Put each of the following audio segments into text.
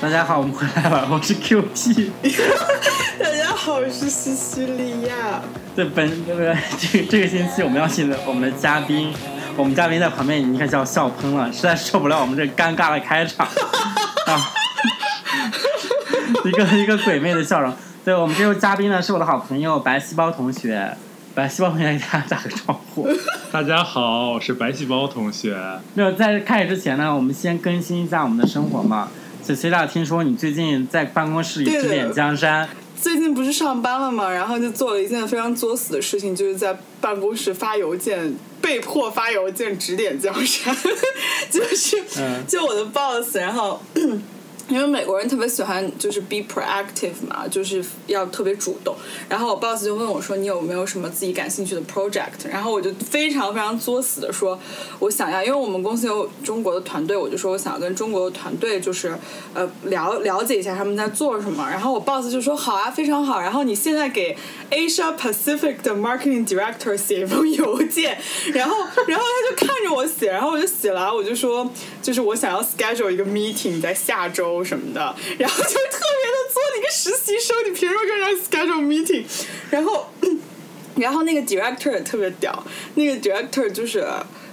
大家好，我们回来了，我是 QT。大家好，我是西西利亚。对，本呃，这个这个星期我们邀请的我们的嘉宾，我们嘉宾在旁边已经开始要笑喷了，实在受不了我们这尴尬的开场啊， 一个一个鬼魅的笑容。对我们这位嘉宾呢，是我的好朋友白细胞同学，白细胞同学给大家打个招呼。大家好，我是白细胞同学。没有在开始之前呢，我们先更新一下我们的生活嘛。小崔大，听说你最近在办公室里对指的点江山，最近不是上班了吗？然后就做了一件非常作死的事情，就是在办公室发邮件，被迫发邮件指点江山， 就是、嗯就我的 boss，然后。 因为美国人特别喜欢就是 be proactive 嘛，就是要特别主动。然后我 boss 就问我说：“你有没有什么自己感兴趣的 project？” 然后我就非常非常作死的说：“我想要，因为我们公司有中国的团队，我就说我想要跟中国的团队就是呃了了解一下他们在做什么。”然后我 boss 就说：“好啊，非常好。”然后你现在给 Asia Pacific 的 marketing director 写一封邮件，然后然后他就看着我写，然后我就写了，我就说就是我想要 schedule 一个 meeting 在下周什么的，然后就特别的作，你个实习生，你凭什么跟人家 schedule meeting？然后。然后那个 director 也特别屌，那个 director 就是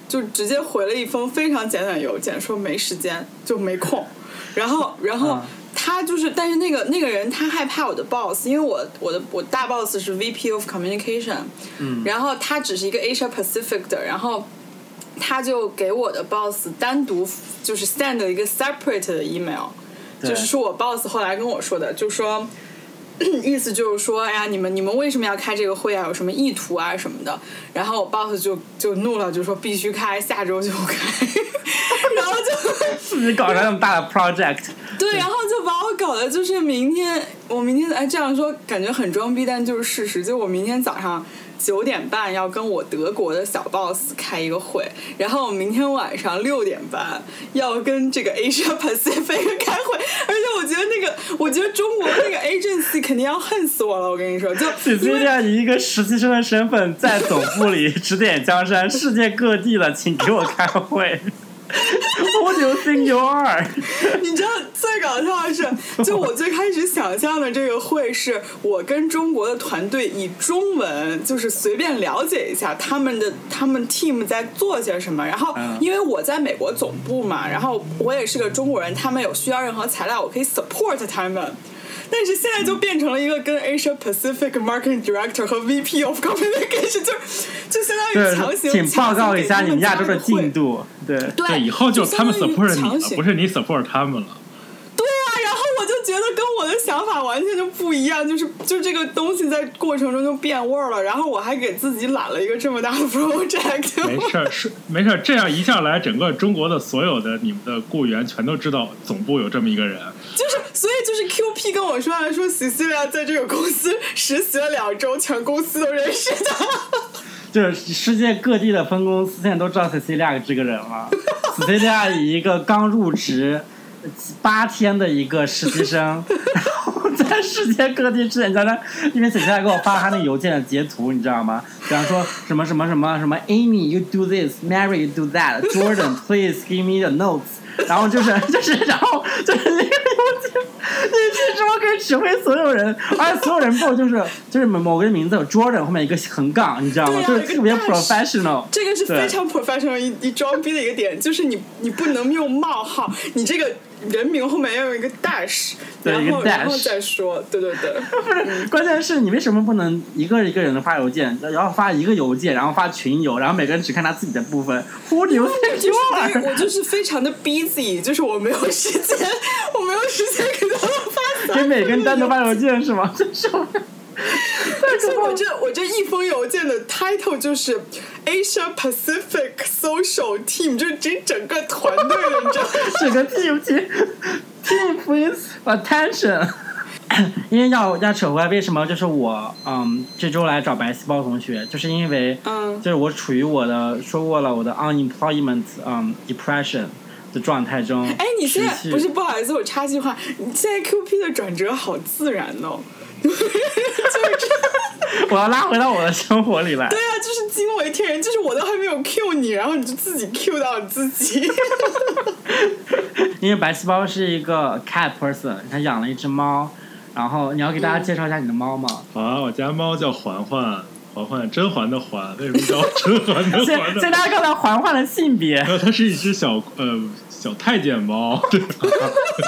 就直接回了一封非常简短的邮件，说没时间，就没空。然 后，然后啊他就是，但是那个那个人他害怕我的 boss，因为我我的我大 boss 是 VP of communication，嗯，然后他只是一个 Asia Pacific 的，然后。他就给我的 boss 单独就是 send 了一个 separate 的 email，对就是说我 boss 后来跟我说的，就说 意思就是说，哎呀，你们你们为什么要开这个会啊？有什么意图啊什么的？然后我 boss 就就怒了，就说必须开，下周就开， 然后就你搞成那么大的 project，对，然后就把我搞的就是明天，我明天哎这样说感觉很装逼，但就是事实，就我明天早上。九点半要跟我德国的小 boss 开一个会，然后我明天晚上六点半要跟这个 Asia Pacific 开会，而且我觉得那个，我觉得中国那个 agency 肯定要恨死我了，我跟你说，就只因为这样以一个实习生的身份在总部里指点江山，世界各地的，请给我开会。What do you think you are？ 你知道最搞笑的是，就我最开始想象的这个会是我跟中国的团队以中文就是随便了解一下他们的他们 team 在做些什么，然后嗯因为我在美国总部嘛，然后我也是个中国人，他们有需要任何材料，我可以 support 他们。但是现在嗯就变成了一个跟 Asia Pacific Marketing Director 和 VP of Communication 就就相当于强行对，请报告一下你们亚洲的进。强行给他们加入会度。对，对，对，以后就他们相当于 support 你强了，行不是你 support 他们了。对啊，然后我就觉得跟我的想法完全就不一样，就是就这个东西在过程中就变味儿了，然后我还给自己揽了一个这么大的 project，没事儿，是没事儿，这样一下来，整个中国的所有的你们的雇员全都知道总部有这么一个人。就是所以就是 QP 跟我说来说，喜西利亚在这个公司实习了两周，全公司都认识他。就是世界各地的分公司现在都知道 Cecilia 这个人了。Cecilia 以一个刚入职八天的一个实习生，然后在世界各地指点江山。因为 Cecilia 给我发他那个邮件的截图，你知道吗？比方说什么什么什么什么，Amy you do this，Mary you do that，Jordan please give me the notes。然后就是 就是，然后就是那个邮件，你什么可以指挥所有人，而且所有人背后就是就是某某个名字有 Jordan 后面一个横杠，你知道吗？对啊就是特别一个大 professional。 这个是对非常 professional 一一装逼的一个点，就是你你不能用冒号，你这个人名后面要用一个 dash，对然一个后然后 dash 再说，对对对。嗯关键是你为什么不能一个一个人的发邮件，然后发一个邮件，然后发群邮，然后每个人只看他自己的部分？Who do you 我 think 就 you 是非 are？我就是非常的 busy，就是我没有时间，我没有时间给他们发给散。每个人单独发邮 件是吗？真是我但是我这我这一封邮件的 title 就是 Asia Pacific Social Team，就是这整个团队的，你知道吗？整个 team team team please attention 。 因为要要扯回来，为什么就是我嗯这周来找白细胞同学，就是因为嗯就是我处于我的说过了我的 unemployment 嗯 depression 的状态中。 哎，你现在持续不是不好意思，我插句话，你现在 QP 的转折好自然哦，就是这。我要拉回到我的生活里来。对啊，就是惊为天人， 就是我都还没有 Q 你，然后你就自己 Q 到你自己。因为白细胞是一个 cat person，他养了一只猫，然后你要给大家介绍一下你的猫吗？好啊，我家猫叫环环，环环甄嬛的嬛，为什么叫甄嬛 的所以嬛所以呢？大家看到环环的性别 然，后它是一只小呃小太监猫，对吧？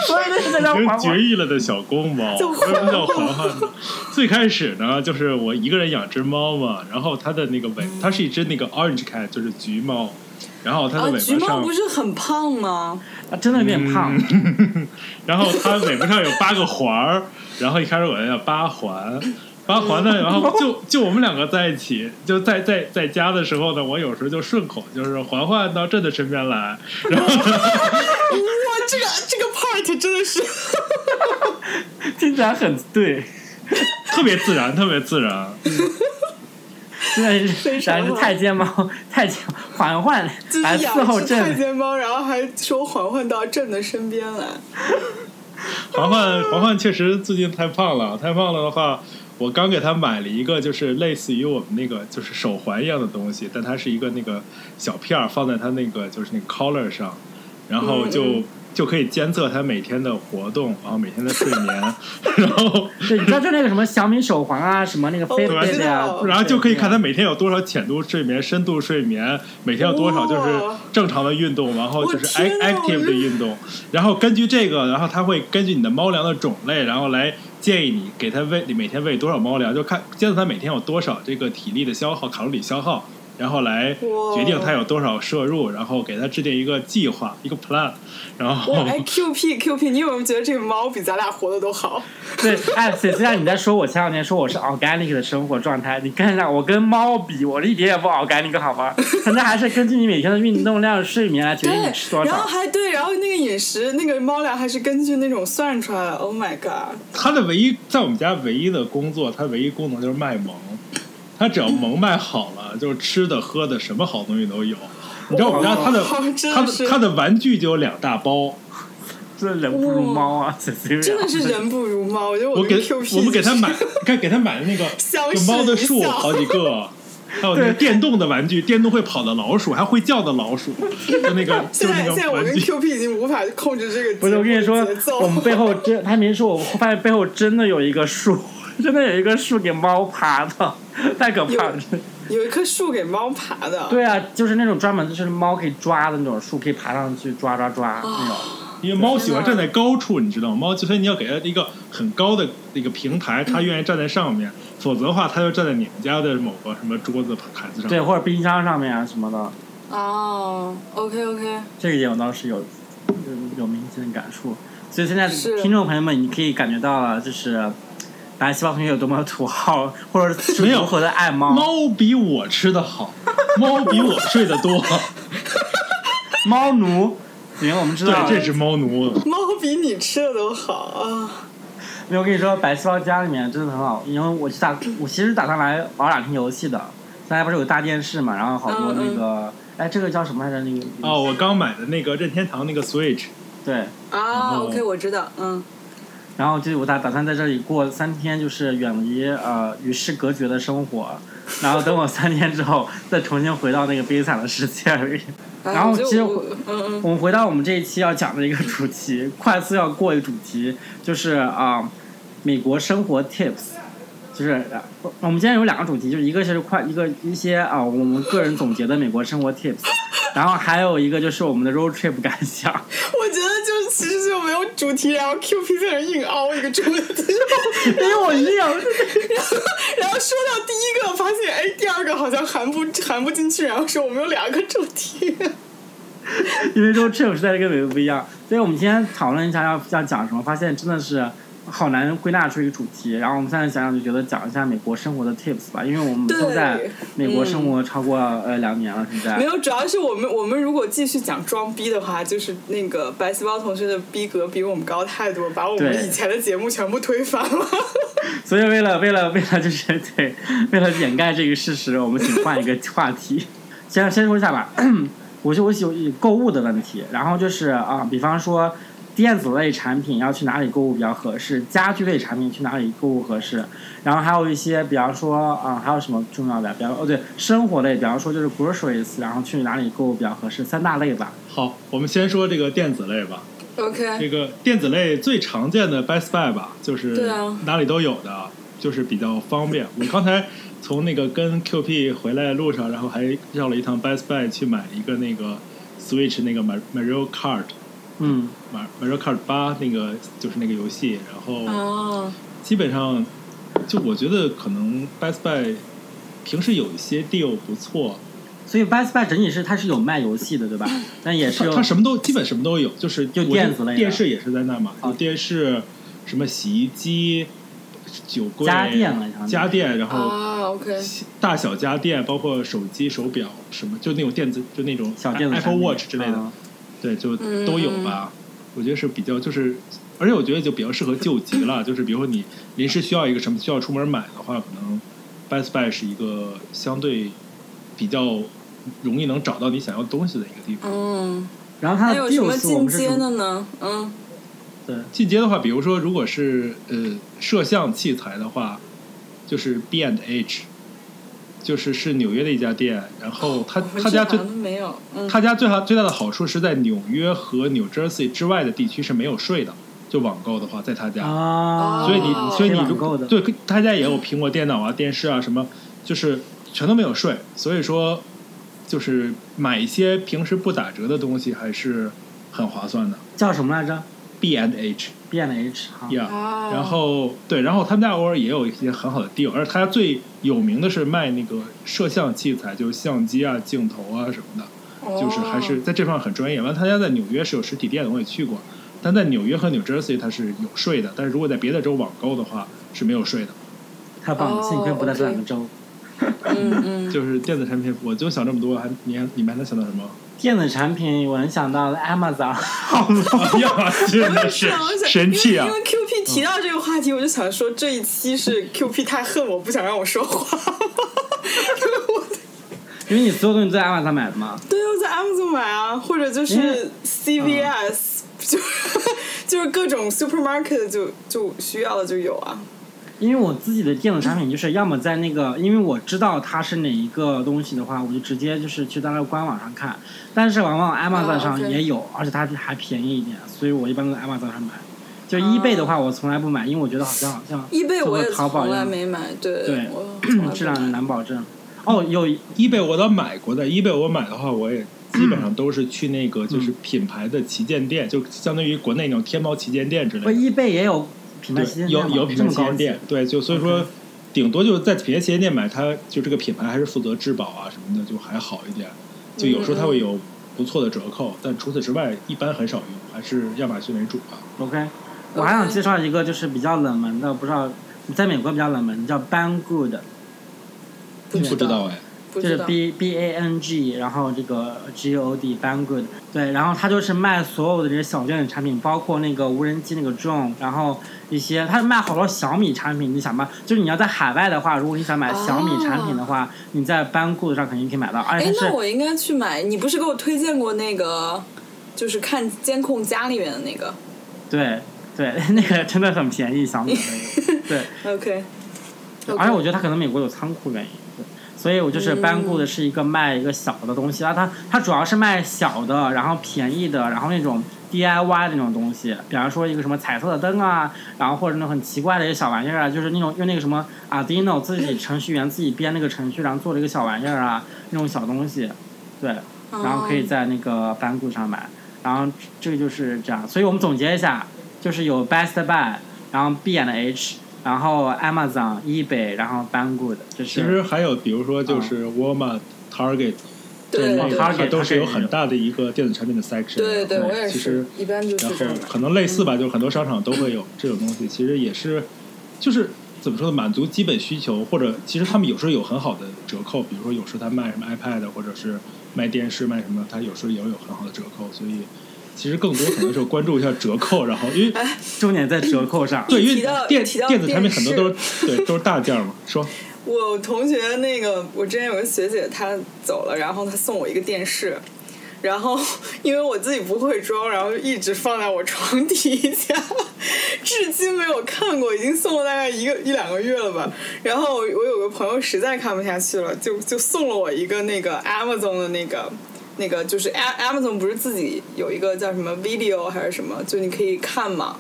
所以就是在叫已环经环绝。育了的小 公猫，叫为环什环么叫环 环呢？最开始呢，就是我一个人养只猫嘛，然后它的那个嗯尾，它是一只那个 orange cat，就是橘猫，然后它啊的，尾橘猫巴上，不是很胖吗？啊真的有点胖， 嗯然后它尾巴上有八个环儿，然后一开始我管它叫八环。八环嗯呢？然后就就我们两个在一起，就在在在家的时候呢，我有时候就顺口就是环环到朕的身边来，然后哇，这个这个 part 真的是，听起来很对。特别自然，特别自然。对，非常然后是太监猫，太监嬛嬛自来己伺养候一只太朕。监猫，然后还说嬛嬛到朕的身边 来。环环环环确实最近太胖了，太胖了的话，我刚给他买了一个就是类似于我们那个就是手环一样的东西，但它是一个那个小片儿放在他那个就是那个 collar 上，然后就。嗯就可以监测他每天的活动，然后每天的睡眠， 然后对，你知道就那个什么小米手环啊，什么那个哦飞我飞知的呀道，然后就可以看他每天有多少浅度睡眠、深度睡眠，每天有多少就是哇正常的运动，然后就是我 act 天哪我 active 的运动，然后根据这个，然后他会根据你的猫粮的种类，然后来建议你给它喂，你每天喂多少猫粮，就看监测它每天有多少这个体力的消耗、卡路里消耗，然后来决定它有多少摄入，然后给它制定一个计划、一个 plan，然哦后哇，哎，Q P Q P，你有没有觉得这个猫比咱俩活的都好？对，哎，虽虽然你在说我前两天说我是 organic 的生活状态，你看一下我跟猫比，我一点也不 organic 好吗？人家还是根据你每天的运动量、睡眠来决定你吃多然后少。还对，然后那个饮食，那个猫粮还是根据那种算出来的。Oh my god！他的唯一在我们家唯一的工作，他唯一功能就是卖萌。他只要萌卖好了，就是吃的喝的什么好东西都有。你知道我们家他的哇哦真的他的是他的玩具就有两大包，这人不如猫啊，这真的是人不如猫，我觉得我跟给 Q P，我们给他买，看给他买的 那个相有视猫的一树笑好 几个。还有那对个电动的玩具，电动会跑的老鼠，还会叫的老鼠，就那个就 现是在那现在个我玩跟具。 Q P 已经无法控制这个不是，我跟节你目说的节，奏我们背后真，他明说，我发现背后真的有一个树， 真的有一个树给猫爬的，太可怕了。 有一棵树给猫爬的，对啊，就是那种专门就是猫可以抓的那种树，可以爬上去抓抓抓哦那种。因为猫喜欢站在高处，你知道吗？猫就所以你要给它一个很高的一个平台，它愿意站在上面，否则的话，它就站在你们家的某个什么桌子、台子上。对，，或者冰箱上面啊什么的，哦，OK OK，这一点我倒是有有有明显的感触。所以现在是听众朋友们，你可以感觉到了，就是白细胞同学有多么的土豪，或者是没有如何的爱猫。猫比我吃的好，猫比我睡得多。猫奴，行，我们知道了。对，这是猫奴。猫比你吃的都好啊！没有，我跟你说，白细胞家里面真的很好，因为我去打，我其实打算来玩两天游戏的。现在不是有个大电视嘛，然后好多那个，哎，这个叫什么来着？那个哦，我刚买的那个任天堂那个 Switch，对，啊后，OK，我知道，嗯，然后就我打打算在这里过三天，就是远离呃与世隔绝的生活，然后等我三天之后再重新回到那个悲惨的世界里。 哎然后我觉得其实我嗯嗯，我们回到我们这一期要讲的一个主题，快速要过一个主题，就是啊、美国生活 tips。就是呃我们今天有两个主题，就是一个是快一个一些啊、我们个人总结的美国生活 tips，然后还有一个就是我们的 road trip 感想。我觉得就其实就没有主题，然后 Q P 在那儿硬凹一个主题，因为我一定要然后说到第一个，发现哎，第二个好像含不含不进去，然后说我们有两个主题。因为 road trip 实在是跟美国不一样，所以我们今天讨论一下要要讲什么，发现真的是好难归纳出一个主题。然后我们现在想想就觉得讲一下美国生活的 tips 吧，因为我们对都在美国生活超过、呃两年了，现 在没有，主要是我们我们如果继续讲装逼的话，就是那个白细胞同学的逼格比我们高太多，把我对们以前的节目全部推翻了。所以为了为了为了就是对，为了掩盖这个事实，我们请换一个话题。先先说一下吧，我就我喜有购物的问题，然后就是啊，比方说电子类产品要去哪里购物比较合适，家居类产品去哪里购物合适，然后还有一些，比方说啊，还有什么重要的？比方哦对，生活类，比方说就是 groceries，然后去哪里购物比较合适，三大类吧。好，我们先说这个电子类吧。 OK， 这个电子类最常见的 Best Buy 吧，就是对啊哪里都有的，就是比较方便。我刚才从那个跟 QP 回来的路上，然后还绕了一趟 Best Buy 去买一个那个 Switch 那个 Mar- Mario Kart 嗯， Mar- Mario Kart 八那个就是那个游戏，然后哦，基本上就我觉得可能 Best Buy 平时有一些 deal 不错，所以 Best Buy 整体是它是有卖游戏的，对吧？但也是它有它什么都基本什么都有，就是就我电子类的电视也是在那嘛，啊有电视，什么洗衣机、酒柜、家电了相当于家电，然后啊，OK，大小家电，包括手机、手表什么，就那种电子，就那种小电子 Apple 产品 Watch 之类的，嗯对，就都有吧。我觉得是比较就是，而且我觉得就比较适合救急了，就是比如说你临时需要一个什么需要出门买的话，可能 Best Buy 是一个相对比较容易能找到你想要东西的一个地方。嗯，然后它还的有什么 deals 我进们是阶什么的呢？嗯，对，进阶的话，比如说如果是呃摄像器材的话，就是 B and H，就是是纽约的一家店，然后他我们他这家好最像都没有，嗯，他家最好最大的好处是在纽约和 New Jersey 之外的地区是没有税的，就网购的话，在他家，啊，所以你哦所以你可以如网购的对他家也有苹果电脑啊、电视啊什么，就是全都没有税，所以说就是买一些平时不打折的东西还是很划算的。叫什么来着 B and H， ？B N H 哈，呀、啊，然后对，然后他们家偶尔也有一些很好的 deal，而且他家最有名的是卖那个摄像器材，就是相机啊、镜头啊什么的，哦就是还是在这方面很专业。完，他家在纽约是有实体店的，我也去过，但在纽约和 New Jersey 它是有税的，但是如果在别的州网购的话是没有税的。太棒了，哦幸亏不在这两个 OK 州。哦，嗯嗯，就是电子产品，我就想这么多，还你还你们还能想到什 么？电子产品我能想到了 Amazon，哎呀，真的是啊我想神器啊因！为因为 Q P 提到这个话题，我就想说这一期 是 Q P 太恨我，不想让我说话。 因为你所有东西都在 Amazon 买的嘛。对，我在 Amazon 买啊，或者就因嗯为是 CVS，、就 就是各种 supermarket 就就需要的就有啊。因为我自己的电子产品就是要么在那个，因为我知道它是哪一个东西的话，我就直接就是去它那个官网上看。但是往往 Amazon 上哦 OK 也有，而且它还便宜一点，所以我一般都在 Amazon 上买。就 eBay 的话，我从来不买，因为我觉得好像好像易贝哦就 E 我和也淘宝从一来样，没买，对，对我从来呃不嗯质量买难保嗯证。哦，有易贝我倒买过的，易贝我买的话，我也嗯基本上都是去那个就是品牌的旗舰店，就相当于国内那种天猫旗舰店之不类的。 eBay 也有品牌旗舰对，店有吗有品这牌么旗高舰级店，对，就所以说 OK，顶多就是在别的旗舰店买，它就这个品牌还是负责质保啊什么的，就还好一点。嗯就有时候它会有不错的折扣，但除此之外一般很少用，还是亚马逊为主吧。 OK，我还嗯想介绍一个就是比较冷门的，不知道在美国比较冷门，叫 Banggood，不知道不知道哎，不就知是道。 B B A N G，然后这个 G O D Banggood，对，然后它就是卖所有的这些小电子产品，包括那个无人机那个 drone，然后一些它卖好多小米产品，你想吧，就是你要在海外的话，如果你想买小米哦产品的话，你在 Banggood 上肯定可以买到，而且哎它，那是我应该去买。你不是给我推荐过那个，就是看监控家里面的那个对对， 那个真的很便宜，小米的那 个，对。 ？OK，而且哎我觉得它可能美国有仓库原因，对所以我就是嗯班固的是一个卖一个小的东西，然后它它主要是卖小的，然后便宜的，然后那种 DIY 那种东西，比方说一个什么彩色的灯啊，然后或者那种很奇怪的一个小玩意儿啊，就是那种用那个什么 Arduino 自己程序员自己编那个程序，然后做了一个小玩意儿啊，那种小东西，对，嗯然后可以哦在那个班固上买，然后这个就是这样，所以我们总结一下，就是有 Best Buy，然后 B and H，然后 Amazon、eBay，然后 Banggood，这其是实还有比如说就是沃尔玛、Target，对对对 Target 它都是有它是很大的一个电子产品的 section 的。对对，我也其是实，一般就然是这样后可能类似吧，就是很多商场都会有这种东西，其实也是就是怎么说呢，满足基本需求，或者其实他们有时候有很好的折扣，比如说有时候他卖什么 iPad，或者是卖电视卖什么，他有时候也有很好的折扣，所以其实更多可能是关注一下折扣，然后因为重点在折扣上。 对，因为哎提到电提到电子产品电很多都是对都是大件儿嘛，说我同学那个，我之前有个学姐，她走了，然后她送我一个电视，然后因为我自己不会装，然后就一直放在我床底下， 至今没有看过，已经送了大概一个一两个月了吧。然后我有个朋友实在看不下去了，就就送了我一个那个 Amazon 的那个那个就是 A- Amazon 不是自己有一个叫什么 Video 还是什么，就你可以看嘛，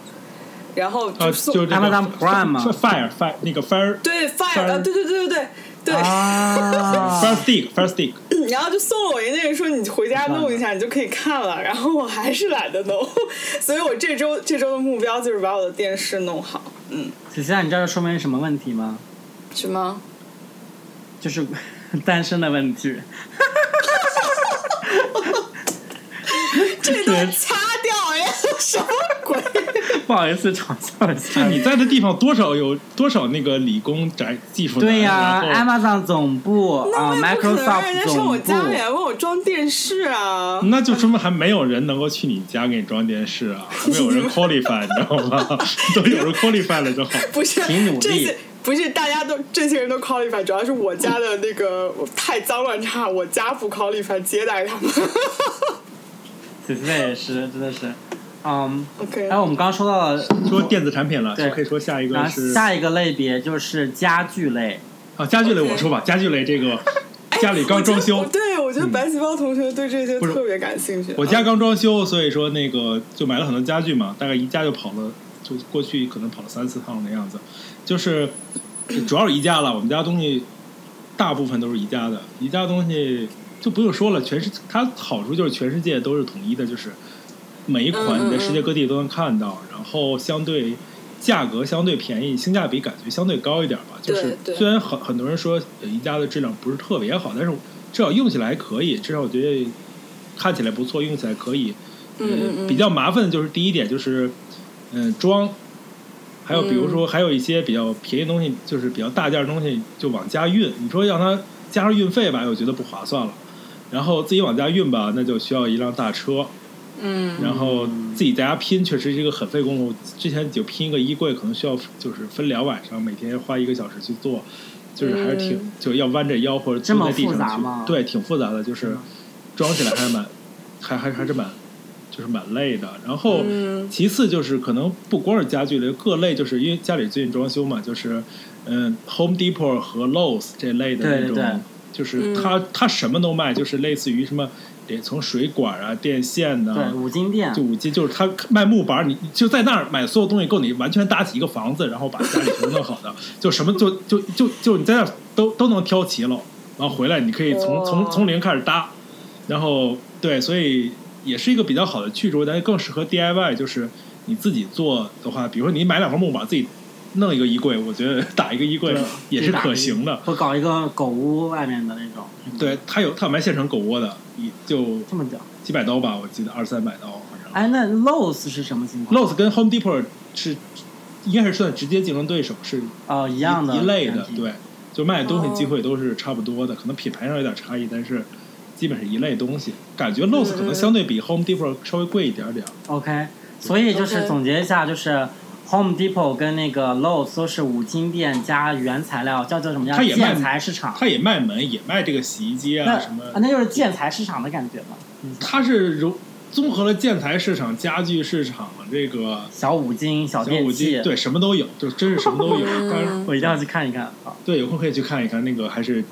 然后呃，就送、就是这个 Amazon Prime 嘛 Fire Fire 那个 Fire 对 Fire 啊，对对对对对对，啊 Fire Stick Fire Stick，然后就送了我一那个说你回家弄一下，你就可以看了。然后我还是懒得弄， 所以我这周这周的目标就是把我的电视弄好。嗯， 子夏，你知道这说明什么问题吗？什么？就是 单身的问题。 这段掐掉哎呀？什么鬼？不好意思，嘲笑一就下。你在的地方多少有多少那个理工宅技术男对呀、然后 a m a z o n 总部那 啊、我也 m i c r 不 o 可能 s 让人家 o f t 上我总家里部。来问我装电视啊！ 那就说明还没有人能够去你家给你装电 视啊，还没有人 qualify，你知道吗？都有人 qualify 了就好。不是挺努力，这些不是大家都这些人都 qualify，主要是我家的那个我太脏乱差，我家不 qualify 接待他们。 子夏也是，真的是，嗯。 OK，然后我们刚刚说到了，说电子产品了，对就可以说下一然个后是下一个类别就是家具类。啊，家具类 OK 我说吧，家具类 这个哎 家里刚装哎我修嗯觉得我，对，我觉得白细胞同学对这些不是特别感兴趣。啊我家刚装修，所以说那个就买了很多家具嘛，大概宜家就跑了，就过去可能跑了三四趟的样子，就是主要是宜家了，我们家东西大部分都是宜家的，宜家东西就不用说了，全是它好处就是全世界都是统一的，就是每一款嗯嗯你在嗯世界各地都能看到，然后相对价格相对便宜，性价比感觉相对高一点吧。就是对对虽然很很多人说呃宜家的质量不是特别好，但是至少用起来还可以，至少我觉得看起来不错，用起来可以。嗯呃嗯嗯比较麻烦的就是第一点就是，嗯、装。还有比如嗯说，还有一些比较便宜的东西，就是比较大件儿的东西，就往家运。你说让它加上运费吧，又觉得不划算了。然后自己往家运吧，那就需要一辆大车。嗯然后自己在家拼，确实是一个很费功夫。之前就拼一个衣柜，可能需要就是分两晚上，每天花一个小时去做，就是还是挺、嗯就要弯着腰或者这坐么在地复杂上吗去，对，挺复杂的，就是装起来还是蛮，还还还是蛮，就是蛮累的。然后嗯其次就是可能不光是家具类，各类就是因为家里最近装修嘛，就是嗯，Home Depot 和 Lowe's 这类的对对那种，对嗯就是它它什么都卖，就是类似于什么。得从水管啊、电线呐、对，五金店就。五金，就是他卖木板儿，你你就在那儿买所有东西，够你完全搭起一个房子，然后把家里全弄好的，就什么就就就就你在那儿都都能挑齐了，然后回来你可以从、哇从从零开始搭，然后对，所以也是一个比较好的去处，但是更适合 DIY，就是你自己做的话，比如说你买两块木板自己弄一个衣柜，我觉得 打一个衣柜对也是可行的。我搞一个狗屋外面的那种。对，他有他有卖现成狗窝的，一就这么屌。几百刀吧，我记得二三百刀，反正。哎，那 Lowe's 是什么情况 Lowe's 跟 Home Depot 是应该是算直接竞争对手，是一哦，一样的一类的感，觉对，就卖的东西哦机会都是差不多的，可能品牌上有点差异，但是基本是一类东西。感觉 Lowe's 可能嗯相对比 Home Depot 稍微贵一点点， OK，所以就是 OK 总结一下，就是 Home Depot 跟那个 Lowe's 都是五金店加原材料，叫做什么叫它也卖建材市场？它也卖门，也卖这个洗衣机那啊什啊么，那就是建材市场的感觉嘛。嗯它是融综合了建材市场、家具市场这个小五金、小小电五器金，，对，什么都有，就真是什么都有。嗯当然，我一定要去看一看啊。对，有空可以去看一看，那个还是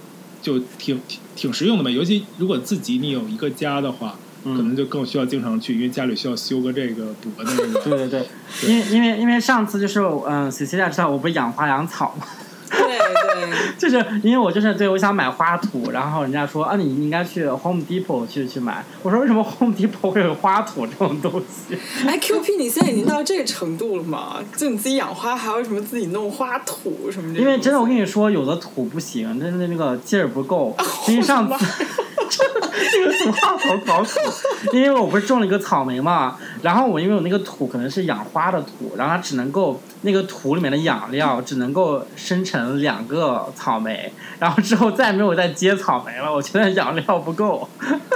就挺挺挺实用的吧。尤其如果自己你有一个家的话，可能嗯，就更需要经常去，因为家里需要修个这个补个那个。对对对，因为因为因为上次就是嗯，雪琪大家知道我不是养花养草嘛， 对对， 就是因为我就是对我想买花土，然后人家说啊，你应该去 Home Depot 去去买。我说为什么 Home Depot 会有花土这种东西？哎，QP，你现在已经到这个程度了吗？就你自己养花，还要什么自己弄花土什么这种东西？因为真的，我跟你说，有的土不行，真的那个劲儿不够。因为上次这个土话头搞土，因为我不是种了一个草莓嘛，然后我因为我那个土可能是养花的土，然后它只能够那个土里面的养料只能够生成两个草莓，然后之后再也没有再接草莓了，我觉得养料不够。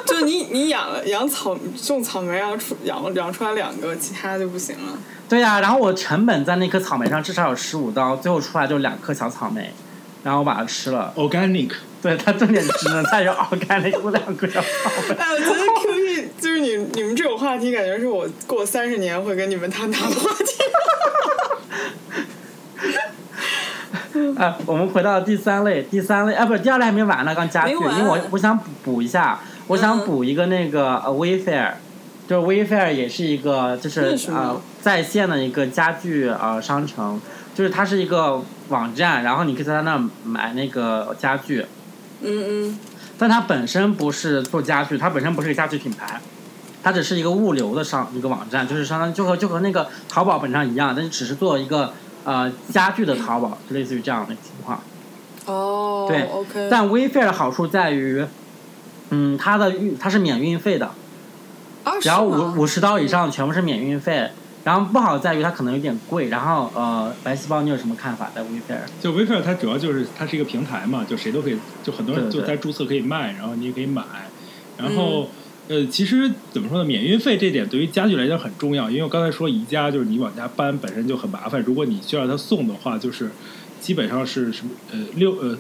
就你你养了养草种草莓，然后出养养出来两个，其他就不行了。对呀、然后我成本在那棵草莓上至少有十五刀，最后出来就两颗小草莓。然后我把它吃了， Organic，对它重点只能在于 organic 我两颗小草莓。哎，我觉得 QP 就是你你们这种话题，感觉是我过三十年会跟你们探讨的话题。啊，我们回到第三类，第三类啊，不是第二类还没完呢，刚家具，没完因为我我想补补一下，我想嗯补一个那个呃 Wayfair，就是 Wayfair 也是一个就那是是什么呃在线的一个家具呃商城，就是它是一个网站，然后你可以在它那儿买那个家具，嗯嗯但它本身不是做家具，它本身不是个家具品牌，它只是一个物流的商一个网站，就是相当于就和就和那个淘宝本质上一样，但是只是做一个呃家具的淘宝，就类似于这样的情况。哦，对，OK，但 Wayfair 的好处在于，嗯，它的运它是免运费的，啊只要哦是吗嗯五五十刀以上全部是免运费。然后不好在于它可能有点贵，然后呃，白细胞你有什么看法在 Wayfair？就 Wayfair 它主要就是它是一个平台嘛，就谁都可以，就很多人对对就在注册可以卖，然后你也可以买，然嗯后、呃，其实怎么说呢，免运费这点对于家具来讲很重要，因为我刚才说宜家就是你往家搬本身就很麻烦，如果你需要它送的话，就是基本上是什么呃六呃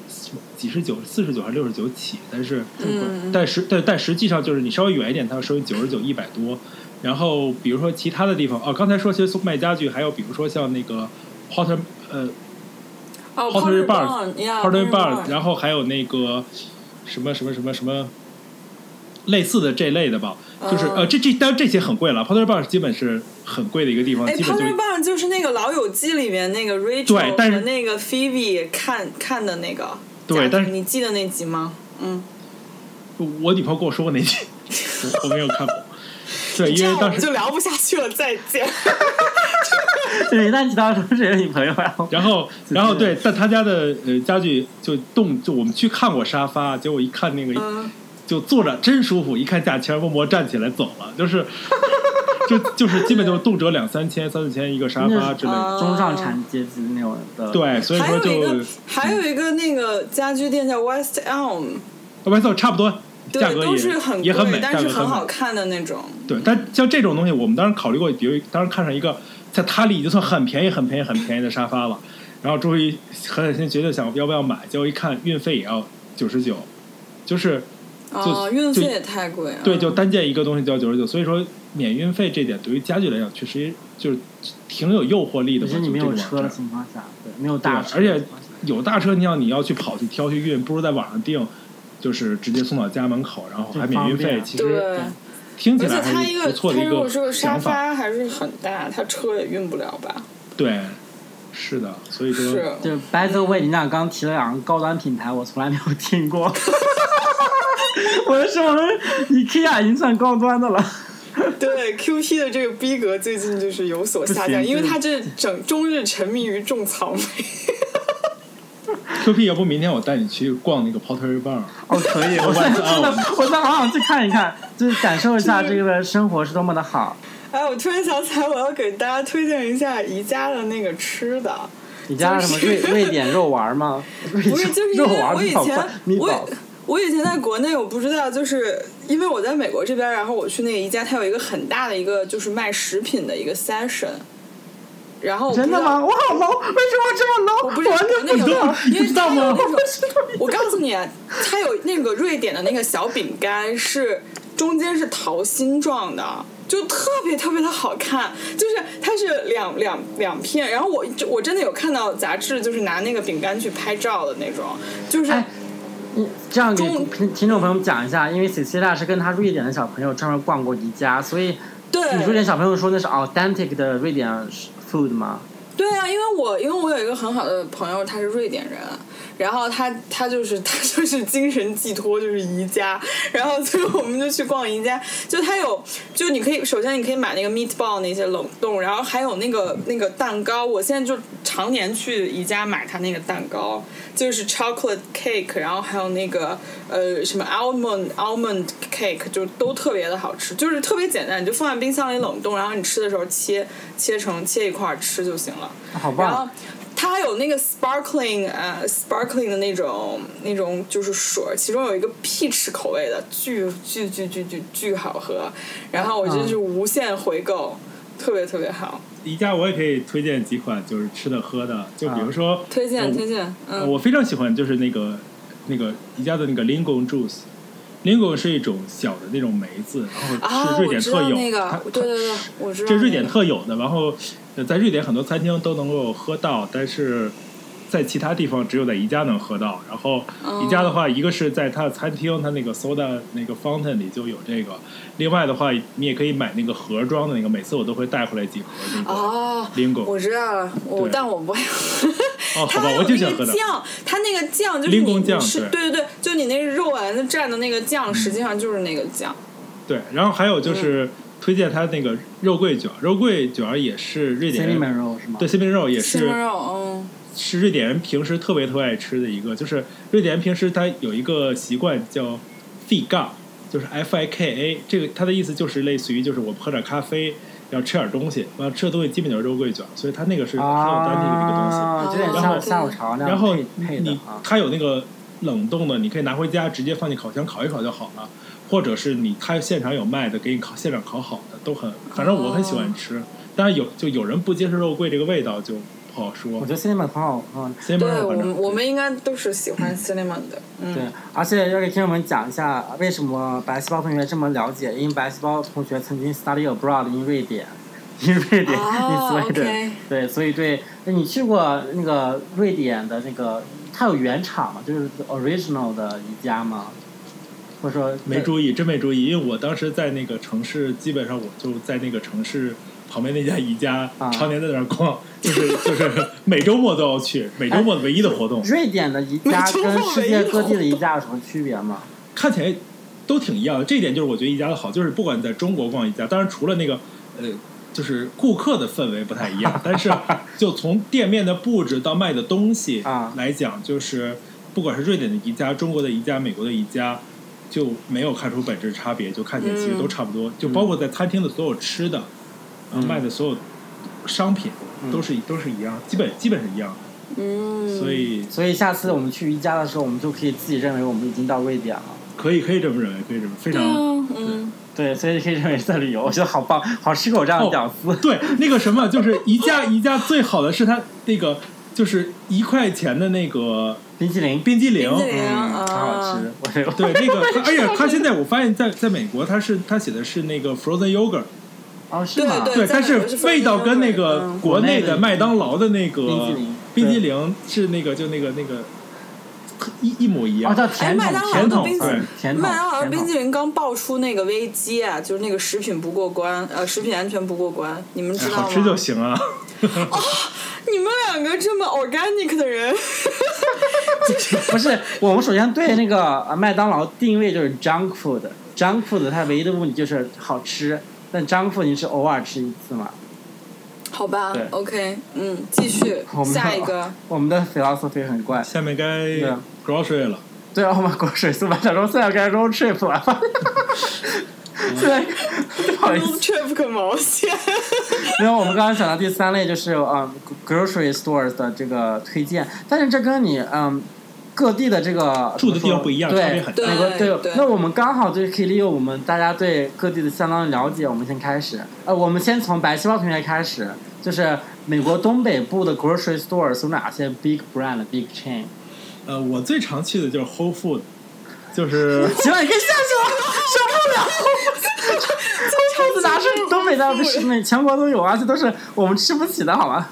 几十九四十九还是六十九起，但是嗯但实但但实际上就是你稍微远一点，它要收你九十九一百多。然后比如说其他的地方哦，刚才说其实送卖家具，还有比如说像那个 Potter 呃哦 Pottery Barn， Barn，Pottery Porter Bar，然后还有那个什么什么什么什么类似的这类的吧，就是嗯呃，这这当然这些很贵了，Porter Bar 基本是很贵的一个地方，哎基本就，Pottery 是 Barn 就是那个《老友记》里面那个 Rachel 对但是和那个 Phoebe 看看的那个对家庭但是你记得那集吗？嗯，我女朋友跟我说过那集， 我我没有看过，对，这因为样我当们时就聊不下去了，再 见。 对，一旦提到说是有女朋友，啊然 后自然后，制然后对，但他家的呃家具就动，就我们去看过沙发，结果一看那个、嗯，就坐着真舒服，一看价钱，默默站起来走了，就是就就是基本就是动辄两三千、三四千一个沙发之类的。啊中上产阶级那种的，，对，所以还说有一就个还有一个那个家居店叫 West Elm，外送差不多，对价，格都也是很也很美，贵，价但格是很美好。看的那种。对，但像这种东西，我们当时考虑过，比如当时看上一个在他里已经算很便宜、很便宜、很便宜的沙发了，然后终于狠狠心决定想要不要买，结果一看运费也要九十九，就是。哦，运费也太贵了。对，就单件一个东西就要九十九，所以说免运费这点对于家具来讲，确实就是挺有诱惑力的只嘛。是你就没这有个网车的站情况下，对，没有对大吧，车而的情且况下，有大车，你要你要去跑去挑去运，不如在网上订，就是直接送到家门口，然后还免运就方费，便其实嗯对，听起而且来它还一是个不错的它一如果是个个沙想法。发还是很大，它车也运不了吧？对，是的，所以说是。就是 by the way，你俩刚提了两个高端品牌，我从来没有听过。 我是我们 IKEA 啊已经算高端的了， 对 QT 的这个逼格最近就是有所下不降，行因为他这整终日沉迷于种草莓。 Q P，要不明天我带你去逛那个 Pottery Barn，哦，可以，我现在真的，我现在好想去看一看，就是感受一下这个的生活是多么的好。哎，我突然想起来，我要给大家推荐一下宜家的那个吃的。你家什么瑞瑞典肉丸吗？不是，就是因肉为丸我以好前快，米我宝以我以前在国内我不知道，就是因为我在美国这边，然后我去那个宜家，它有一个很大的一个就是卖食品的一个 session。然后我不真的知道吗？我好 low，为什么这么 low？我不是完全那不个知道，因为你知道它有吗那？种我告诉你，啊它有那个瑞典的那个小饼干是中间是桃心状的。就特别特别的好看，就是它是两两两片，然后我我真的有看到杂志，就是拿那个饼干去拍照的那种，就是、哎你这样给中听听众朋友们讲一下，因为 Cecilia 是跟她瑞典的小朋友专门逛过宜家，所以对，你瑞典小朋友说那是 authentic 的瑞典 food 吗？对啊，因为我因为我有一个很好的朋友，他是瑞典人，然后他他就是他就是精神寄托就是宜家，然后所以我们就去逛宜家，就他有就你可以首先你可以买那个 meatball 那些冷冻，然后还有那个那个蛋糕，我现在就常年去宜家买他那个蛋糕，就是 chocolate cake，然后还有那个呃什么 almond almond cake，就都特别的好吃，就是特别简单，你就放在冰箱里冷冻，然后你吃的时候切切成切一块儿吃就行了。好然棒后！它还有那个 sparkling 呃 sparkling 的那种那种就是水儿，其中有一个 peach 口味的，巨巨巨巨巨巨好喝。然后我真是无限回购，特别特别好，宜家我也可以推荐几款就是吃的喝的，就比如说推荐嗯推荐。嗯，我非常喜欢就是那个那个宜家的那个 Lingon Juice。Lingon 是一种小的那种梅子，然后啊，是瑞我典知特道有，那它个，对对对，我知道、这那是瑞典个特有的。然后呃在瑞典很多餐厅都能够喝到，但是在其他地方只有在宜家能喝到。然后哦宜家的话，一个是在它的餐厅，它那个 soda 那个 fountain 里就有这个；另外的话，你也可以买那个盒装的那个，每次我都会带回来几盒那个。哦 Lingo 我知道了，我对但我不爱喝。 哦，好它吧还，有我就想那喝个的。酱，它那个酱就是林你公你酱吃，对嗯对对对，就你那肉丸子蘸的那个酱，实际上就是那个酱。对，然后还有嗯就是推荐它那个肉桂卷儿，肉桂卷儿也是瑞典 c i n n a m o 人， n roll 是吗？对，西饼肉也西是红柿肉，嗯，是瑞典人平时特别特别爱吃的一个，就是瑞典人平时他有一个习惯叫 fika，就是 f i k a，这个它的意思就是类似于就是我们喝点咖啡，然后吃点东西，然后吃的东西基本就是肉桂卷，所以它那个是很有当地的一个东西。啊，有点然像后下午茶那样然后配配的你啊。它有那个冷冻的，你可以拿回家直接放进烤箱烤一烤就好了，或者是你它现场有卖的，给你烤现场烤好的都很，反正我很喜哦欢吃。但是有就有人不接受肉桂这个味道就不好说我觉。得 cinnamon 很好，嗯，先不对让我反们正嗯我们应该都是喜欢 cinnamon 的，对嗯，，而且要给听众们讲一下为什么白细胞同学这么了解，因为白细胞同学曾经 study abroad in 瑞典，in 瑞典、哦 in Sweden， ，OK 对，所以对，那你去过那个瑞典的那个，它有原厂嘛，就是 original 的宜家吗？或者说没注意，真没注意，因为我当时在那个城市，基本上我就在那个城市旁边那家宜家，啊常年在那儿逛，就是就是每周末都要去，每周末唯一的活 动，瑞典的宜家没听过跟世界没有各地的宜家有什么区别吗？看起来都挺一样的。这一点就是我觉得宜家的好，就是不管在中国逛宜家，当然除了那个呃，就是顾客的氛围不太一 样，但是就从店面的布置到卖的东西啊来讲，就是不管是瑞典的宜家、中国的宜家、美国的宜家。就没有看出本质差别，就看起来其实都差不多，就包括在餐厅的所有吃的，呃嗯卖的所有商品嗯都是、都是一样，基本基本是一样的，嗯，所以所以下次我们去宜家的时候，我们就可以自己认为我们已经到瑞典了。可以可以这么认为，可以这么非对常、啊，嗯，对，所以可以认为在旅游，我觉得好棒，好吃口这样的屌丝。对，那个什么，就是宜家，宜家最好的是它那个就是一块钱的那个冰淇淋，冰激凌冰，激凌嗯，啊很好吃。我这个 对那个，而且它现在我发现在在美国，它是它写的是那个 frozen yogurt，哦是对吗？对对，在但美国是 frozen 味道跟那个 yogurt，嗯国内的麦当劳的那冰个激凌冰激凌是那个就那个那个一一模一哦样，叫甜哎麦筒当劳，的甜筒冰淇淋对甜筒，麦当劳甜冰筒激凌刚爆出那个危机啊，就是那个食品不过关，呃，食品安全不过关，你们哎知道吗？好吃就行啊。你们两个这么 organic 的人， 不是，我们首先对那个呃麦当劳定位就是 junk food。junk food 它唯一的目的就是好吃，但 junk food 你是偶尔吃一次嘛。好吧对，OK，嗯，继续我们的下一个， 我们的 philosophy 很怪。下面该对啊 grocery 了，对啊，我们国水速八小说现在该 road trip 了。现在不好意 road 思， trip 可毛 线，没有，我们刚刚讲到第三类就是嗯、grocery stores 的这个推荐，但是这跟你嗯各地的这个住的地方不一样，对差别很大。对美国对那我们刚好就是可以利用我们大家对各地的相当了解，我们先开始。呃，我们先从白细胞同学开始，就是美国东北部的 grocery stores 有哪些 big brand、big chain？呃，我最常去的就是 Whole Food，就是。 行了，你可以下去了，受不了。这哪是东北的，不是美全国都有，啊而且都是我们吃不起的，好吗？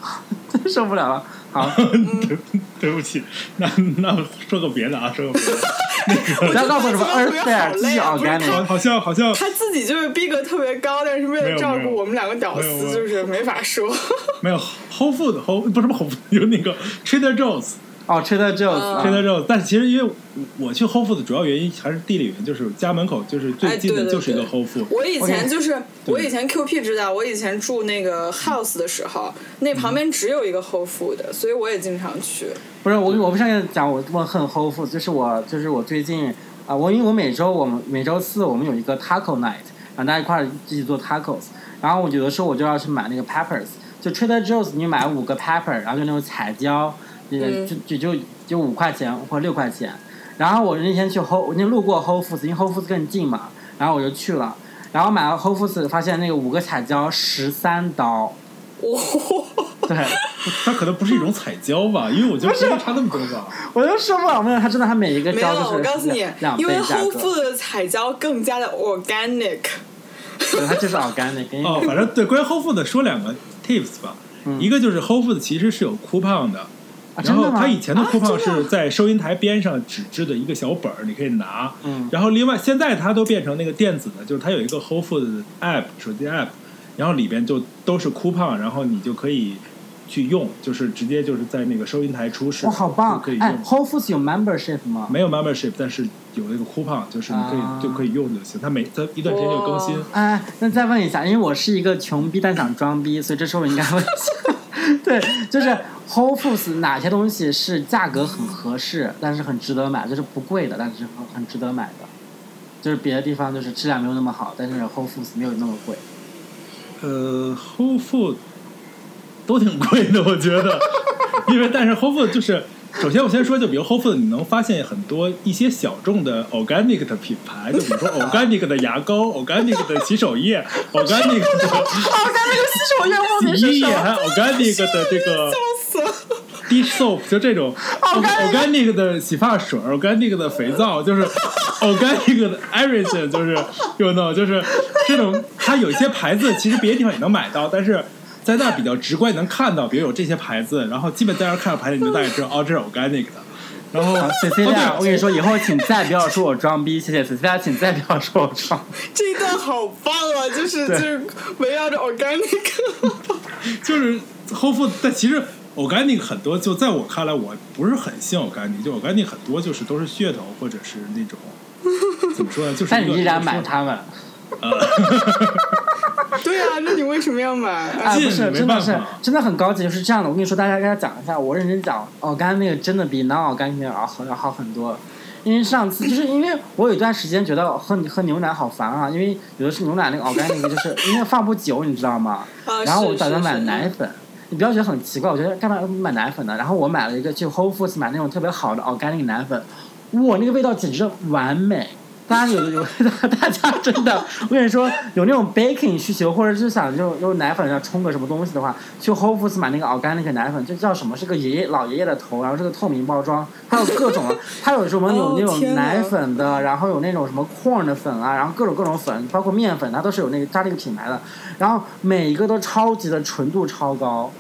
真 受不了了。 好， 对对不起，那那说个别的啊，说个别 的，不要告诉我什么 earth fair，这好累是啊不是 organic。好好像好像他自己就是逼格特别高，但是为没了有照没顾有我们两个屌没有没丝，就有是没法说。没有 Whole Food Whole 不是 Whole Food，有那个 Trader Joe's，Trader 哦嗯，Trader 啊 Joe's， Joe's，但其实因为我去 Whole Food 的主要原因还是地理原因，就是家门口就是哎 最近对的对就是一个对 Whole Food，我以前 OK 就是我对以前 QP 知道，我以前住那个 house 的时候，那旁边只有一个 Whole Food，所以我也经常去。不是我，我不上次讲我我很 whole food，就是我就是我最近啊、我因为我每周我们每周四我们有一个 taco night，然后大家一块儿一起做 tacos，然后我有的时候我就要去买那个 peppers，就 Trader Joe's 你买五个 pepper，然后就那种彩椒，也嗯就就就就五块钱或六块钱，然后我那天去 whole，我就路过 whole foods，因为 whole foods 更近嘛，然后我就去了，然后买了 whole foods，发现那个五个彩椒十三刀，哇、嗯对。它可能不是一种彩椒吧，因为我觉得不会差那么多吧。我都受不了，没有，他真的，他每一 个没有，椒都是我告诉你两，因为倍价 Whole 格， Food 的彩椒更加的 organic。 对，他就是 organic，因为哦，反正对，关于 Whole Food 的说两个 tips 吧，嗯一个就是 Whole Food 其实是有 coupon 的，啊然真后的吗它以前的啊酷胖真的是在收银台边上纸质的一个小本儿，你可以拿。嗯然后另外现在它都变成那个电子的，就是它有一个 Whole Food app 手机 app，然后里边就都是酷胖，然后你就可以去用，就是直接就是在那个收银台出示，哇，好棒就可以！哎用。 ，Whole Foods 有 membership 吗？没有 membership，但是有那个 coupon，就是你可以、啊就可以用就行。它每它一段时间就更新哇。哎，那再问一下，因为我是一个穷逼但想装逼，所以这时候我应该 问一下， 对，就是 Whole Foods 哪些东西是价格很合适，但是很值得买，就是不贵的，但是很很值得买的。就是别的地方就是质量没有那么好，但是 Whole Foods 没有那么 贵。呃，Whole Food 都挺贵的，我觉得， 因为但是 Whole Food 就是，首先我先说，就比如 Whole Food，你能发现很多一些小众的 organic 的品牌，就比如说 organic 的牙膏、organic 的洗手液、organic 的哦，刚那个洗手液后面洗是衣什液，么？还有 organic 的这个笑死了！ dish soap，就这种 Organic organic 的洗发水，organic 的肥皂，就是 organic 的 everything，就是有 o u know，就是这种，它有一些牌子其实别的地方也能买到，但是。在那比较直观，能看到，比如有这些牌子，然后基本在那儿看到牌子，你就大概知道，哦，这是 organic 的。然 后，啊哦，对 Cecilia，我跟你说，以后请再不要说我装逼，谢谢 Cecilia，请再不要说我装逼。这一段好棒啊，就是对就是围绕着 organic，就是 Whole Food，但其实 organic 很多，就在我看来，我不是很信 organic，就 organic 很多就是都是噱头或者是那种怎么说呢，就是一 但个你依然怎么买说它们，对啊，那你为什么要买？哎，进不是，没真的办是法真的很高级，就是这样的。我跟你说，大家跟他讲一下，我认真讲，哦，干那个真的比 non 奥干那个要好要好很多。因为上次就是因为我有一段时间觉得喝喝牛奶好烦啊，因为有的是牛奶那个 organic 就是因为放不久，你知道吗？啊然后是我打算是买是奶粉，你不要觉得很奇怪，我觉得干嘛要买奶粉呢？然后我买了一个去 Whole Foods 买那种特别好的 organic 奶粉，哇，那个味道简直完美。大家有 有大家真的，我跟你说，有那种 baking 需求，或者是想用用奶粉要冲个什么东西的话，去 Whole Foods 买那个 organic 奶粉，就叫什么？是个爷爷老爷爷的头，然后是个透明包装，它有各种，啊它有什么有哦那种天哪奶粉的，然后有那种什么 corn 的粉啊，然后各种各种粉，包括面粉，它都是有那个它这个品牌的，然后每一个都超级的纯度超高，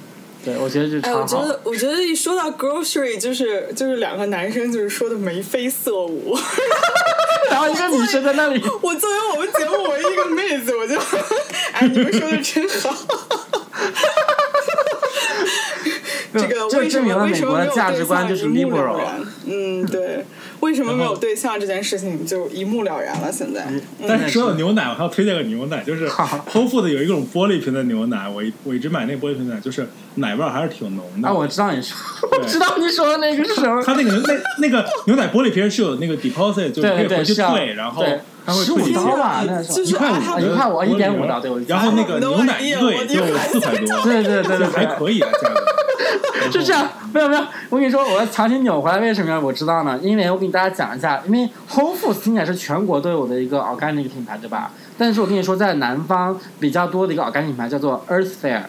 对我觉得就哎，超我觉好。得，我觉得一说到 grocery，就是就是两个男生就是说的眉飞色舞。 然后一个女生在那里，我作为我们节目唯一一个妹子，我就， 哎，你们说的真好。这个就为什证明么了为美什国么没的有价值对观象就是一目了 liberal。啊然？嗯，对，为什么没有对象这件事情就一目了然了？现在，嗯但是说到牛奶，我还要推荐个牛奶，就是 Whole Food 有一种玻璃瓶的牛奶，我一我一直买那玻璃瓶奶，就是奶味儿还是挺浓的。啊，我知道你说， 我对知道你说的那个是什么。它那个牛那那个牛奶玻璃瓶是有那个 deposit，就是可对以对回去是啊退，然后对它会15退刀钱吧，那就是是一块啊他五，一块五一点五的的对我记得然后那个牛奶一对我就的四块多， 对对对对就还对可以啊，价格。就这样，没有没有，我跟你说，我要强行扭回来，为什么要我知道呢？因为我给大家讲一下，因为 Whole Foods 应该是全国都有的一个 organic 品牌，对吧？但是我跟你说，在南方比较多的一个 organic 品牌叫做 Earth Fair，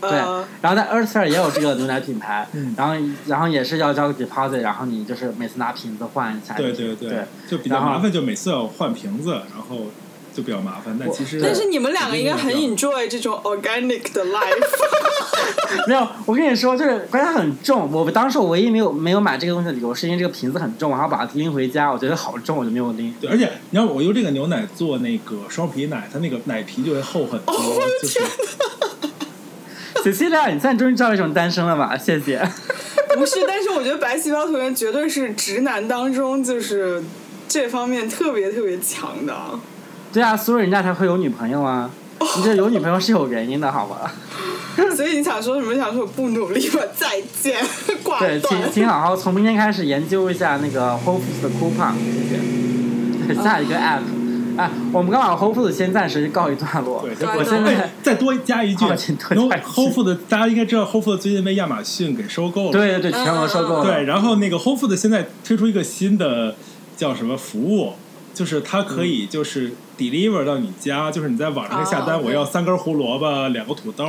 对啊呃，，然后在 Earth Fair 也有这个牛奶品牌嗯，然后然后也是要交个 deposit，然后你就是每次拿瓶子换一下，对对对对，就比较然后麻烦，就每次要换瓶子，然后就比较麻烦。但我其实但是你们两个应该很对 enjoy 这种 organic 的 life。 没有，我跟你说，就是关键很重。我当时我唯一没有没有买这个东西的理由，是因为这个瓶子很重，我还要把它拎回家，我觉得好重，我就没有拎。对，而且你要我用这个牛奶做那个双皮奶，它那个奶皮就会厚很多，就是啊仔细亮，你现在终于知道为什么单身了吧？谢谢。不是，但是我觉得白细胞同学绝对是直男当中就是这方面特别特别强的。 对啊，所以人家才会有女朋友啊。你这有女朋友是有原因的，好吧？所以你想说什么？想说我不努力吧，再见，挂对，请断。请好好从明天开始研究一下那个 Whole Foods 的 coupon，谢谢。对，下一个 app。啊，我们刚好 Whole Foods 先暂时告一段落。对，对我现哎在，再多加一句好请多加一句，Whole Food 大家应该知道，Whole Food 最近被亚马逊给收购 了。对对对，全国收购嗯了。对，然后那个 Whole Food 现在推出一个新的叫什么服务，就是它可以就是 deliver 到你家，就是你在网上可以下单，嗯哦我要三根胡萝卜、两个土豆、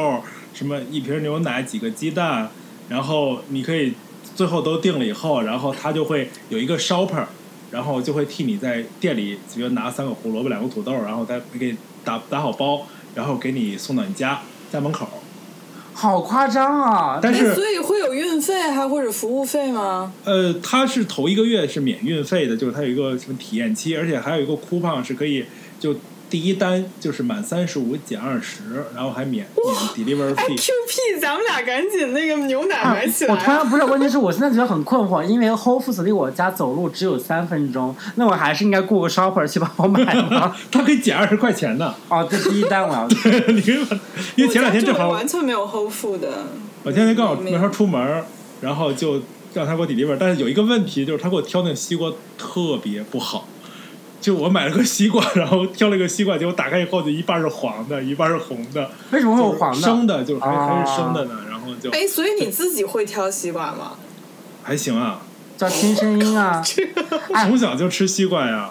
什么一瓶牛奶、几个鸡蛋，然后你可以最后都定了以后，然后它就会有一个 shopper，然后就会替你在店里，比如拿三个胡萝卜、两个土豆，然后再给你打打好包，然后给你送到你家家门口。好夸张啊！但是哎所以会有孕费还或者服务费吗？呃，它是头一个月是免运费的，就是它有一个什么体验期，而且还有一个 coupon 是可以就第一单就是满三十五减二十，然后还免免 delivery 哎 fee。 ，QP，咱们俩赶紧那个牛奶啊买起来。我突然不是，问题是我现在觉得很困惑，因为 Whole Foods 离我家走路只有三分钟，那我还是应该雇个 shopper 去帮我买 吗？它可以减二十块钱呢，哦，这第一单我要去。你可以把因为前两天正好我家这里完全没有 Whole Food 的，我前两天刚好没没法出门，然后就让他给我 deliver，但是有一个问题就是他给我挑那个西瓜特别不好，就我买了个西瓜，然后挑了个西瓜，结果打开以后就一半是黄的，一半是红的，为什么哦会有就黄是的？生的，就是还、还是啊生的呢，然后就哎，所以你自己会挑西瓜吗？还行啊，叫听声音啊！哎从小就吃西瓜呀，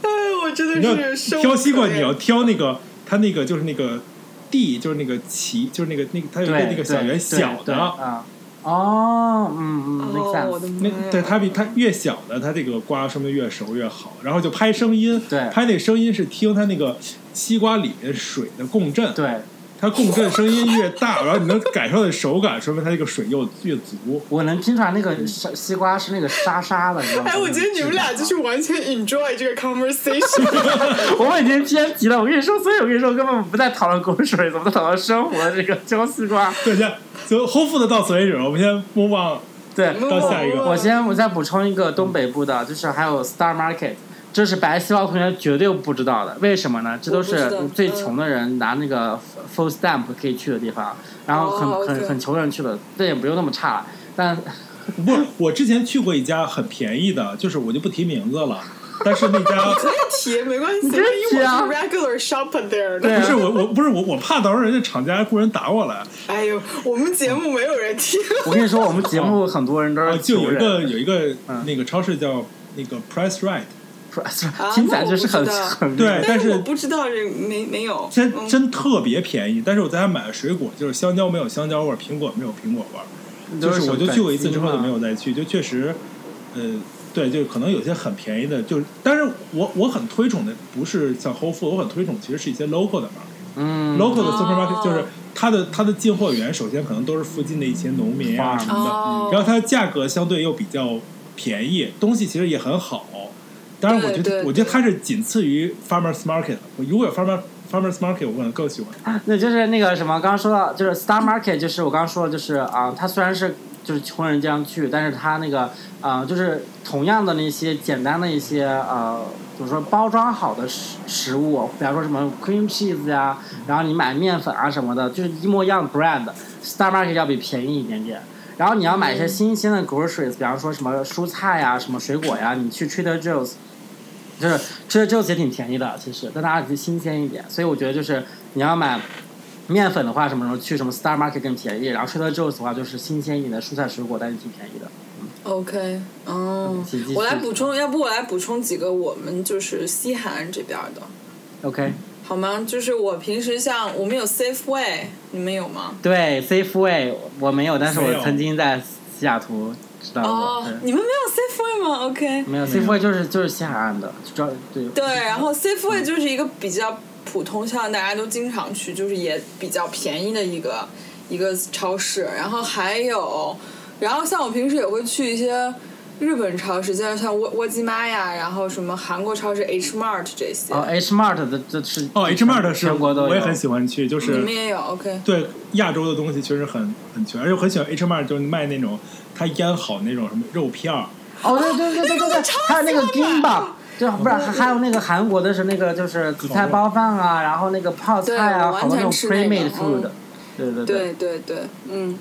哎，我真你要的是生挑西无瓜可你恋要挑那个它那个就是那个地就是那个旗就是那个那个它有一个对，那个小对对圆小对的。啊。哦，嗯嗯，make 哦，我 sense。的妈那呀！对它比它越小的，它这个瓜说明越熟越好。然后就拍声音，对拍那声音是听它那个西瓜里面水的共振，对，它共振声音越大，然后你能感受到手感，说明它这个水又越足。我能听出来那个沙西瓜是那个沙沙的，你知道吗？哎，我觉得你们俩就是完全 enjoy 这个 conversation， 我们已经偏题了。我跟你说，所以我跟你说，根本不在讨论口水，怎么在讨论生活？这个浇西 瓜，对，先就 Whole Food 到此为止，我们先播放。对，到下一个我先我再补充一个东北部的，就是还有 Star Market，这是白细胞同学绝对不知道的，为什么呢？这都我是不知道嗯最穷的人拿那个 full stamp 可以去的地方，然后很、哦很 OK 很穷的人去的，但也不用那么差了。但不，我之前去过一家很便宜的，就是我就不提名字了，但是 那家可以提没关系，因可以提为啊我是 regular shopper there 对的。啊不是我我不是我我怕到时候人家厂家雇人打我来。哎呦，我们节目没有人听，我跟你说，我们 节目很多人都啊，是就穷有一人，个有一个嗯那个超市叫那个 Price Right。啊听起来就是很那我不知道很对 但但是我不知道这没没有。真哦嗯真特别便宜，但是我在家买的水果就是香蕉没有香蕉味儿，苹果没有苹果味儿，就都是什我么啊就去过一次之后就没本有再去，就确实，呃，对，就可能有些很便宜的，就是，但是我我很推崇的不是像 Whole Foods，我很推崇其实是一些 local 的金 market，local、嗯 local 的哦 supermarket 就是它的它的进货源首先可能都是附近的一些农民啊 Farm 什么的，哦，然后它的价格相对又比较便宜，东西其实也很好。当然，我觉对得对我觉得它是仅次于 farmers market 的。我如果有 farmer farmers market，我可能更喜欢。啊那就是那个什么，刚刚说到就是 Star Market，就是我刚刚说的，就是啊、它虽然是就是穷人这样去，但是它那个啊、就是同样的那些简单的一些呃，怎么说包装好的食食物，比方说什么 cream cheese 呀、然后你买面粉啊什么的，就是一模一样的 brand，Star Market 要比便宜一点点。然后你要买一些新鲜的 groceries，比方说什么蔬菜呀、什么水果呀，你去 Trader Joe's 就是 Trader Joe's 也挺便宜的，其实，但它新鲜一点，所以我觉得就是你要买面粉的话，什么时候去什么 Star Market 更便宜，然后 Trader Joe's 的话就是新鲜一点的蔬菜水果，但是挺便宜的。 OK，哦请继，续我来补充，要不我来补充几个我们就是西海岸这边的， OK，好吗？就是我平时像我们有 Safeway，你们有吗？对，Safeway 我没有，但是没我有曾经在西雅图知道过哦，，对你们没有 Safeway 吗？OK，没有 Safeway 就是就是西海岸的，就专对对，然后 Safeway 就是一个比较普通，像大家都经常去，就是也比较便宜的一个一个超市。然后还有，然后像我平时也会去一些日本超市，像像沃沃基玛呀，然后什么韩国超市 H Mart 这些，哦 H Mart 的这是哦，H Mart 是全国都有，我也很喜欢去，就你是们也有 OK？对亚洲的东西确实很很全，而且我很喜欢 H Mart，就是卖那种它腌好那种什么肉片儿，哦，对对对对对 对，还有那个 gimbal，对，不是还有那个韩国的是那个就是紫菜包饭啊，然后那个泡菜对啊，我好完多那种全吃那 pre 个 made food，嗯对对对，对对对，嗯，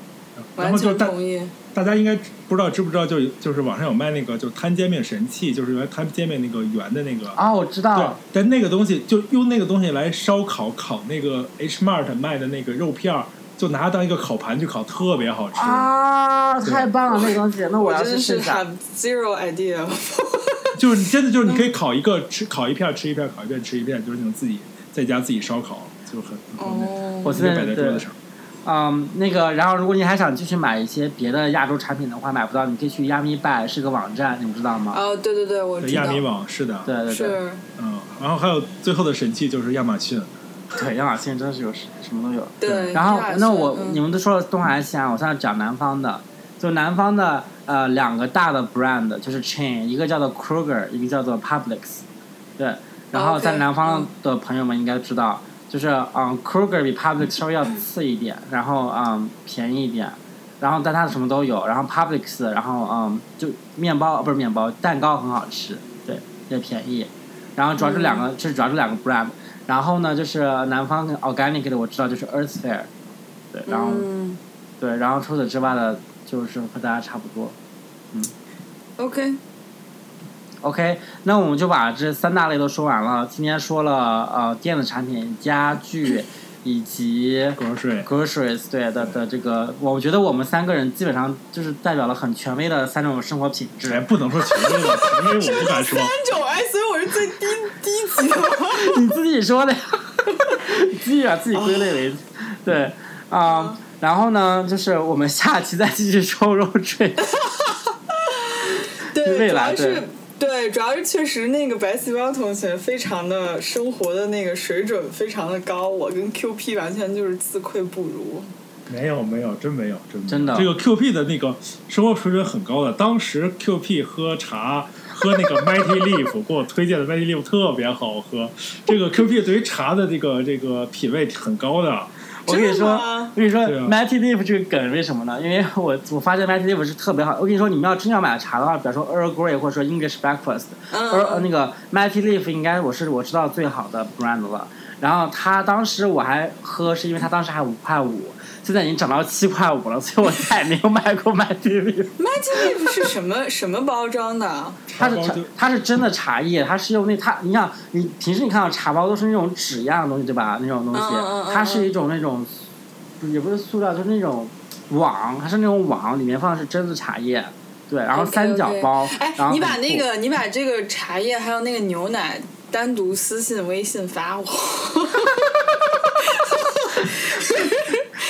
然完后就全大同意。大家应该不知道知不知道，就就是网上有卖那个就是摊煎饼神器，就是原来摊煎饼那个圆的那个啊，我知道对了，，但那个东西就用那个东西来烧烤，烤那个 H Mart 卖的那个肉片儿，就拿它当一个烤盘去烤，特别好吃。啊，太棒了那个东西，那我要真去的试是一下 have。zero idea。就是你真的就是你可以烤一个吃烤一片儿吃一片儿烤一片儿吃一片儿，就是那种自己在家自己烧烤，就很很方便。我哦，直现接在摆在桌对子，上。嗯，那个，然后如果你还想继续买一些别的亚洲产品的话，买不到，你可以去 Yummy Buy，是个网站，你们知道吗？哦，对对对，我对知道亚。米网是的，对对对，是，嗯，然后还有最后的神器就是亚马逊，对，亚马逊真是有什什么都有。对。然后亚马逊那我、嗯你们都说了东海岸西岸，我现在讲南方的，就南方的呃两个大的 brand 就是 chain，一个叫做 Kroger，一个叫做 Publix，对，然后 OK，在南方嗯的朋友们应该知道，就是嗯 Kroger 比 Publix 稍微要次一点，然后嗯便宜一点，然后但它什么都有，然后 Publix，然后嗯就面包不是面包，蛋糕很好吃，对，也便宜，然后主要是两个，这、主要是两个 brand，然后呢就是南方的 organic 的我知道就是 Earth Fair，对，然后、嗯对，然后除此之外的，就是和大家差不多。 ，OK， OK，那我们就把这三大类都说完了。今天说了呃电子产品、家具以及果水 groceries 对的的这个，我觉得我们三个人基本上就是代表了很权威的三种生活品质。哎，不能说权威吧，权威我不敢说三。种哎，所以我是最低低级的。 你自己说的， 你自己把自己归类为，对，啊、然后呢，就是我们下期再继续抽肉 坠，对，未主来要是对对，主要是确实那个白细胞同学非常的生活的那个水准非常的高，我跟 QP 完全就是自愧不如。没有没有，真没有真没有真的这个 QP 的那个生活水准很高的，当时 QP 喝茶喝那个 Mighty Leaf 给我推荐的 Mighty Leaf 特别好喝。这个 QP 对于茶的这个这个品味很高的，我跟你真的说，吗我跟你说、对啊 m a t t y Leaf 这个梗为什么呢？因为我我发现 m a t t y Leaf 是特别好。我跟你说，你们要真要买茶的话，比方说 Earl Grey 或者说 English Breakfast，嗯 Earl- 呃那个 m a t t y Leaf 应该我是我知道最好的 brand 了。然后它当时我还喝，是因为它当时还五块五，现在已经涨到七块五了，所以我再也没有买过 m a t t y Leaf。 Magic Leaf 是什 么什么包装的？它是茶包茶就，它是真的茶叶，它是用那它，你想，你平时你看到茶包都是那种纸样的东西，对吧？那种东西嗯嗯嗯，它是一种那种，也不是塑料，就是那种网，它是那种网，里面放的是真的茶叶，对，然后 OK，OK 三角包，哎然，后你把很那酷个你把这个茶叶还有那个牛奶单独私信微信发 我。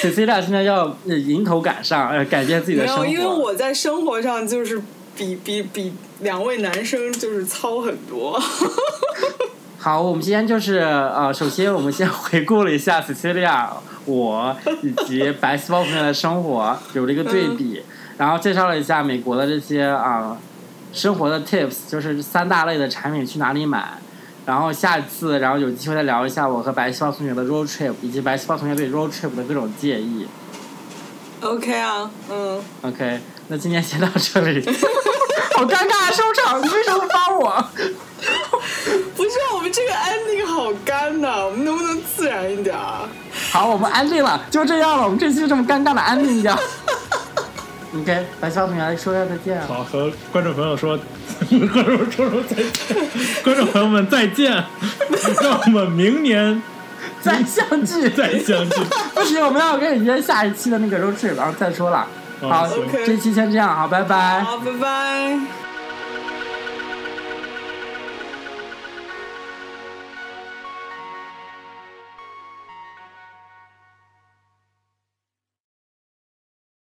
Cecilia 现在要呃迎头赶上，呃，改变自己没的生活，有，因为我在生活上就是比比比两位男生就是糙很 多。好，我们今天就是呃，首先我们先回顾了一下 Cecilia 我以及白细胞朋友的生活，有了一个对比，然后介绍了一下美国的这些啊、生活的 tips，就是三大类的产品去哪里买。然后下一次，然后有机会再聊一下我和白细胞同学的 road trip，以及白细胞同学对 road trip 的各种建议。 OK 啊，嗯， OK，那今天先到这里，好尴尬的啊收场，你为什么不帮我？不是我们这个 ending 好干呐、我们能不能自然一点啊儿？好，我们安定了，就这样了，我们这期就这么尴尬的安定掉。OK，白小同学说下再见啊。好和观众朋友说， 观众观众再见，观众朋友们再见， 让我们明年再相 聚，再相聚。不行，我们要跟你约下一期的那个 road trip，然后再说了。好 OK 这期先这样，好，拜拜。好，拜拜。